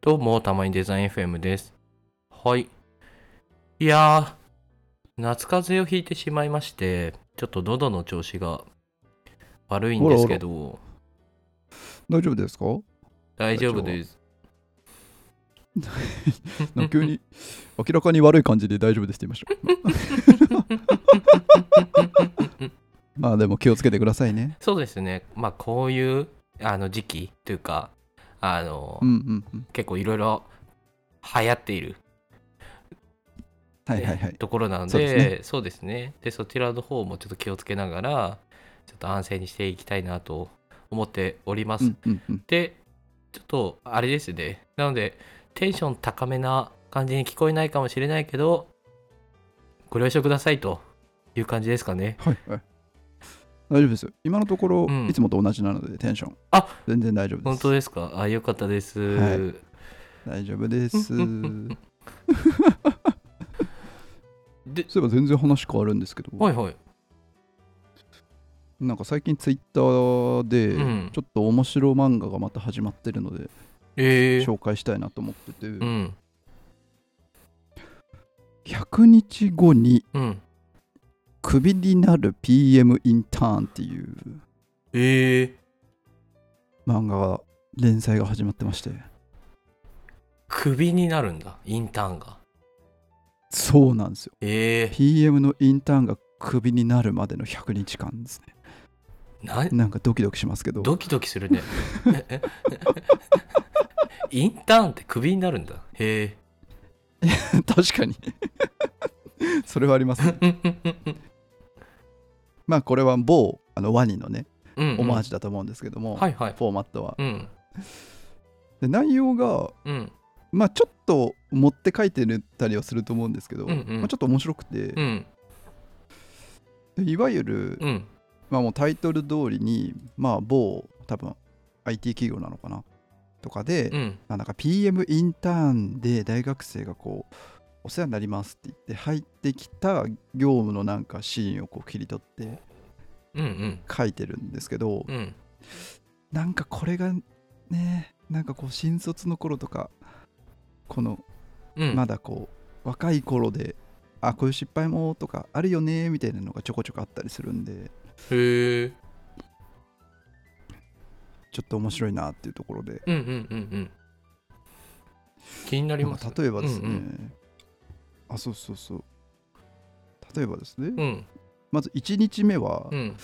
どうも、たまにデザイン FM です。はい。いやー、夏風邪をひいてしまいまして、ちょっと喉の調子が悪いんですけど、大丈夫ですか大丈夫です。なんか 急に明らかに悪い感じで大丈夫ですって言いました今。まあでも気をつけてくださいね。 そうですね。まあ、こういうあの時期というか、あの、うんうんうん。結構いろいろ流行っているはいはいはい。ところなので、そそううですでね。そちらの方もちょっと気をつけながら、ちょっと安静にしていきたいなと思っております。うんうんうん。で、ちょっとあれですね。なので、テンション高めな感じに聞こえないかもしれないけど、ご了承くださいという感じですかね。はいはい。大丈夫ですよ。今のところ、うんいつもと同じなのでテンション。あ全然大丈夫で本す。当ですかあ、よかったです。は大丈夫です。うんう で、そういえば全然話変わるんですけど、はいはい。なんか最近ツイッターで、うんちょっと面白漫画がまた始まってるのでえー、紹介したいなと思ってて、うん、 100日後にうん。クビになる PM インターンっていうえー、漫画が連載が始まってましてクビになるんだ、インターンが。そうなんですよえ PM のインターンがクビになるまでの100日間ですねー、ななんかドキドキしますけどドキドキするね。インターンってクビになるんだ。へえ。 確かにそれはあり ますねまあこれは某あのワニのねうんうんオマージュだと思うんですけども、はいはい。フォーマットはうん。で内容がうん。まあちょっと持って書いてたりはすると思うんですけど、うんうんまあ、ちょっと面白くて、うん。でいわゆる、うん。まあ、もうタイトル通りに、まあ、某多分 IT 企業なのかなとかで、うん。まあなんか PM インターンで大学生がこうお世話になりますって言って入ってきた業務のなんかシーンをこう切り取ってうん。うん。書いてるんですけど、うん。なんかこれがねなんかこう新卒の頃とかこのうん。まだこう若い頃であこういう失敗もとかあるよねみたいなのがちょこちょこあったりするんでへえ。ちょっと面白いなっていうところでうんうんうんうん。気になりなんますか。例えばですね、うんあそうそうそう例えばですね、うん。まず1日目はう、ん。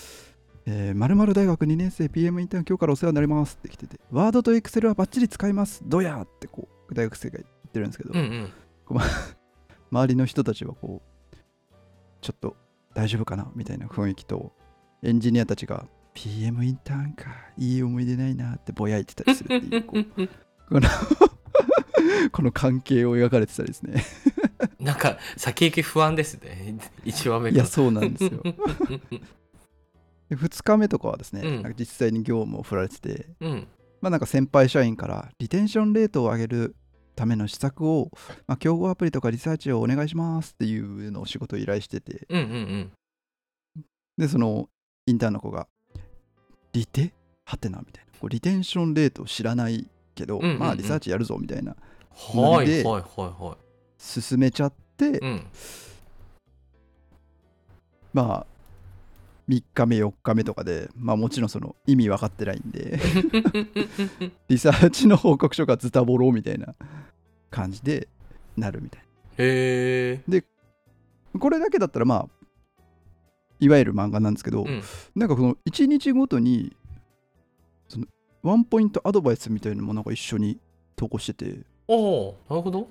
えー、〇〇大学2年生 PM インターン今日からお世話になりますって来ててワードとエクセルはバッチリ使いますどやーってこう大学生が言ってるんですけど、うんうん。周りの人たちはこうちょっと大丈夫かなみたいな雰囲気とエンジニアたちが PM インターンかいい思い出ないなってぼやいてたりするっていうこう この関係を描かれてたりですねなんか先行き不安ですね。 一話目いかやら。そうなんです よで2日目とかはですね、うんなんか実際に業務を振られててうん。まあなんか先輩社員からリテンションレートを上げるための施策を、まあ、競合アプリとかリサーチをお願いしますっていうのを仕事を依頼しててうんうんでそのインターンの子がリテはてなみたいなこうリテンションレートを知らないけど、うんうんうんまあリサーチやるぞみたいなうん。はノいリはいではいは進めちゃって、い。うん。まあ3日目4日目とかでまあもちろんその意味分かってない んでリサーチの報告書がズタボロみたいな感じでなるみたいな。へえ。これだけだったらまあいわゆる漫画なんですけど、うんなんかこの1日ごとにそのワンポイントアドバイスみたいなのもなんか一緒に投稿してておお、なるほど。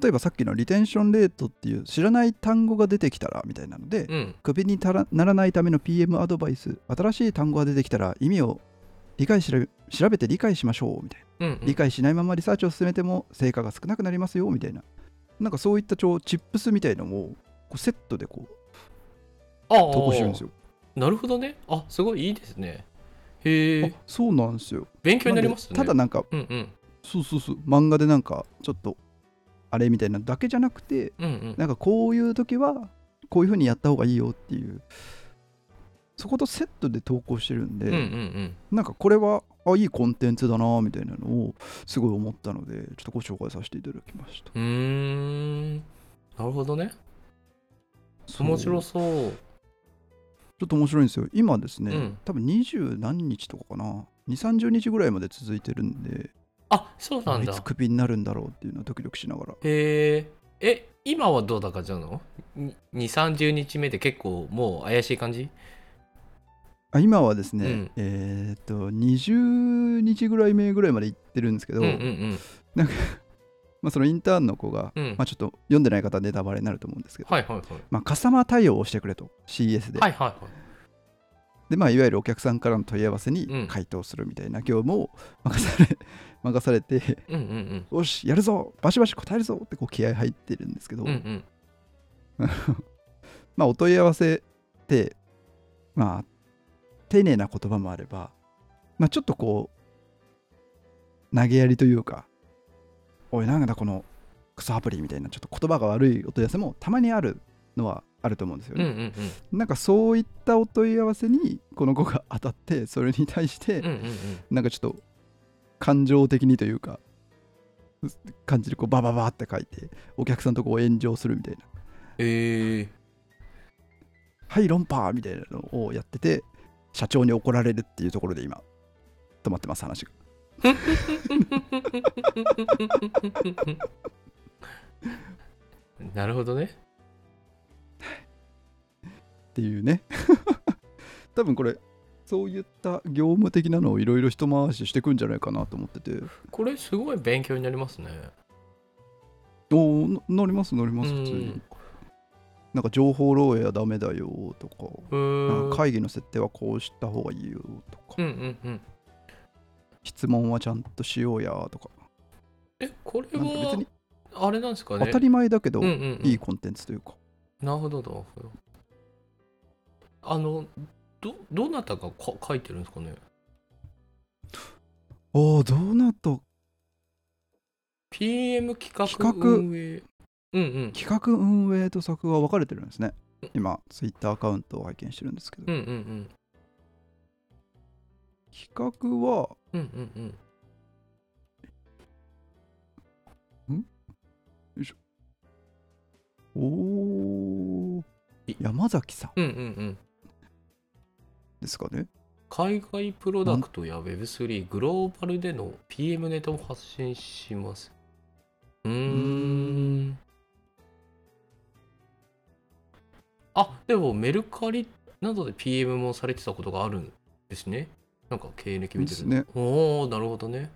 例えばさっきのリテンションレートっていう知らない単語が出てきたらみたいなので、うん。クビにたらならないための PM アドバイス新しい単語が出てきたら意味を理解しら調べて理解しましょうみたいな、うんうん。理解しないままリサーチを進めても成果が少なくなりますよみたいななんかそういったちょチップスみたいのもこうセットでこうあー投稿してるんですよなるほどね。あ、すごいいいですね。へえあ。そうなんですよ。勉強になりますね。なんでただなんか、うんうんそうそうそう、漫画でなんか、ちょっと、あれみたいなだけじゃなくて、うんうん。なんかこういう時は、こういう風にやった方がいいよっていう、そことセットで投稿してるんで、うんうんうん。なんかこれは、あいいコンテンツだなみたいなのをすごい思ったのでちょっとご紹介させていただきましたうーんなるほどね面白そうそうちょっと面白いんですよ今ですね、うん多分二十何日とかかな2 3 0日ぐらいまで続いてるんであそうなんいだつクビになるんだろうっていうのはドキドキしながらへええ今はどうだかじゃの2 3 0日目で結構もう怪しい感じあ今はですね、うんえーっと20日ぐらい目ぐらいまで行ってるんですけうど、んうんまあ、そのインターンの子が、うんうんまあ、ちょっと読んでない方はネタバレになると思うんですけど、はいはいはいまあ、カスタマー対応をしてくれと CS で、はいはいはいでまあ、いわゆるお客さんからの問い合わせうんに回答するみたいな業務を任され 任されてうんうんよしやるぞバシバシ答えるぞってこう気合入ってるんですけど、うんうんうんまあ、お問い合わせって、まあ、丁寧な言葉もあれば、まあ、ちょっとこう、投げやりというか、おい、なんだこのクソアプリみたいな、ちょっと言葉が悪いお問い合わせもたまにあるのはあると思うんですようんうんうね。んなんかそういったお問い合わせに、この子が当たって、それに対して、うんうんうんなんかちょっと感情的にというか感じでこうバババって書いてお客さんとこう炎上するみたいなええはい、論破みたいなのをやってて、社長に怒られるっていうところで今、止まってます、話が。なるほどねっていうね。 多分これ、そういった業務的なのをいろいろ一回ししてくんじゃないかなと思ってて。これすごい勉強になりますねおー乗ります、乗ります、うん普通に。なんか情報漏洩はダメだよとか、うなんーんか会議の設定はこうした方がいいよとか、うんうんうん質問はちゃんとしようやとか、えこれなんか別はにあれなんですか当ねたり前だけど、うんうんうんいいコンテンツというか。なるほどなるほどあのどどなたがか書いてるんですかねおお、どうなった PM 企画企画運営うんうん企画運営と作画は分かれてるんですねうん。今、ツイッターアカウントを拝見してるんですけど、うんうん企画は、うんうんうんうんおーい、山崎さんうんうんうんですかね。海外プロダクトや Web3 グローバルでの PM ネタを発信しますうーんんあでもメルカリなどで PM もされてたことがあるんですねなんか経歴見でてすると、ね。おおなるほどね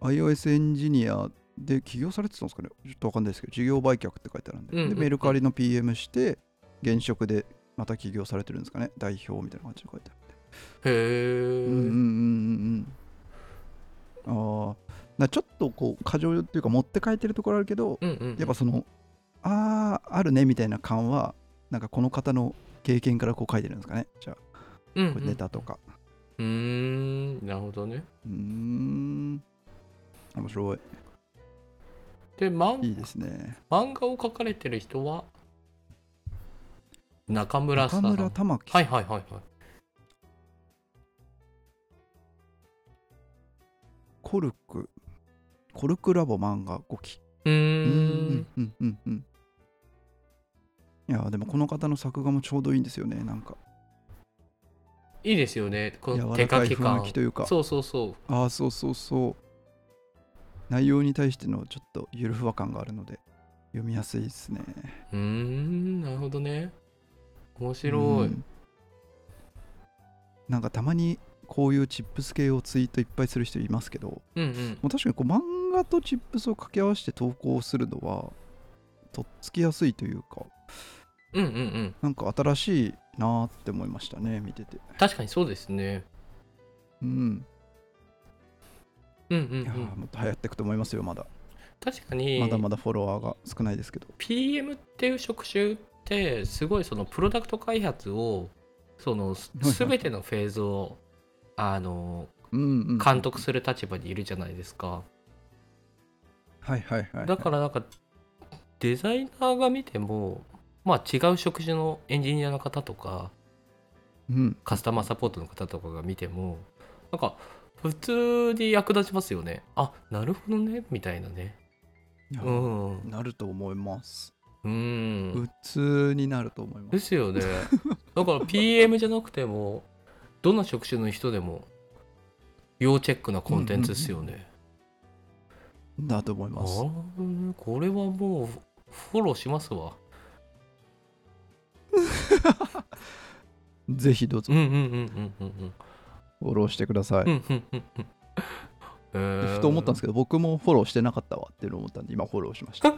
iOS エンジニアで起業されてたんですかね。ちょっと分かんないですけど、事業売却って書いてあるんうで、んうんうんでメルカリの PM して、現職でまた起業されてるんですかね。代表みたいな感じで書いてあへえ、る。うんうんうんうんうん。ああ、なちょっとこう、過剰っていうか、持って帰ってるところあるけど、うんうんやっぱそのあああるねみたいな感はなんかこの方の経験からこう書いてるんですかねじゃあうんうんこれネタとかうーんなるほどねうーん面白いで、まん、いいですね漫画を描かれてる人は中村さ中ん村玉木、はいはいはいはいコルクコルクラボ漫画5期うーうんんうんうんうんいやーでもこの方の作画もちょうどいいんですよねなんかいいですよねこの柔手らか書いき雰囲感気というかそうそうそああそうそうそう内容に対してのちょっとゆるふわ感があるので読みやすいですねううーんなるほどね面う白いんなんかたまにこういうチップス系をツイートいっぱいする人いますけどもうんうんう確かにこう漫画とチップスを掛け合わせて投稿するのはとっつきやすいというかうんうんうんなんか新しいなーって思いましたね見てて確かにそうですねうんうんうん、ういやーん、もっと流行っていくと思いますよまだ確かにまだまだフォロワーが少ないですけど PM っていう職種ってすごいそのプロダクト開発をそのすはい全てのフェーズをあのうんうん監督する立場にいるじゃないですかはいはいはいはいだからなんかデザイナーが見てもまあ違う職種のエンジニアの方とかうんカスタマーサポートの方とかが見てもなんか普通に役立ちますよねあなるほどねみたいなねいやうんうなると思います。ん普通になると思いま。ですすよ ねだから PM じゃなくてもどんな職種の人でも要チェックなコンテンツですよね、だと思いあます。ーこれはもうフフォローしますわぜひどうぞうんうんうんうんうんフォローしてください。うんうんうんうんえーふと思ったんですけど、僕もフォローしてなかったわっていうのを思ったんで、今フォローし ました。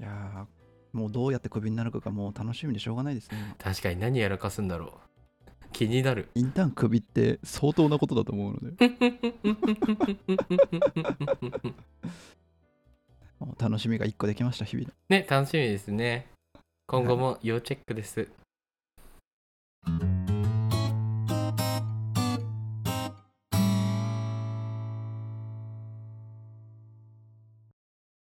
いやーもうどうやってクビになるかがもう楽しみでしょうがないです ね。確かに何やらかすんだろう気になるインターンクビって相当なことだと思うので、もう楽しみが一個できました、日々の。ね楽しみですね今後も要チェックです、は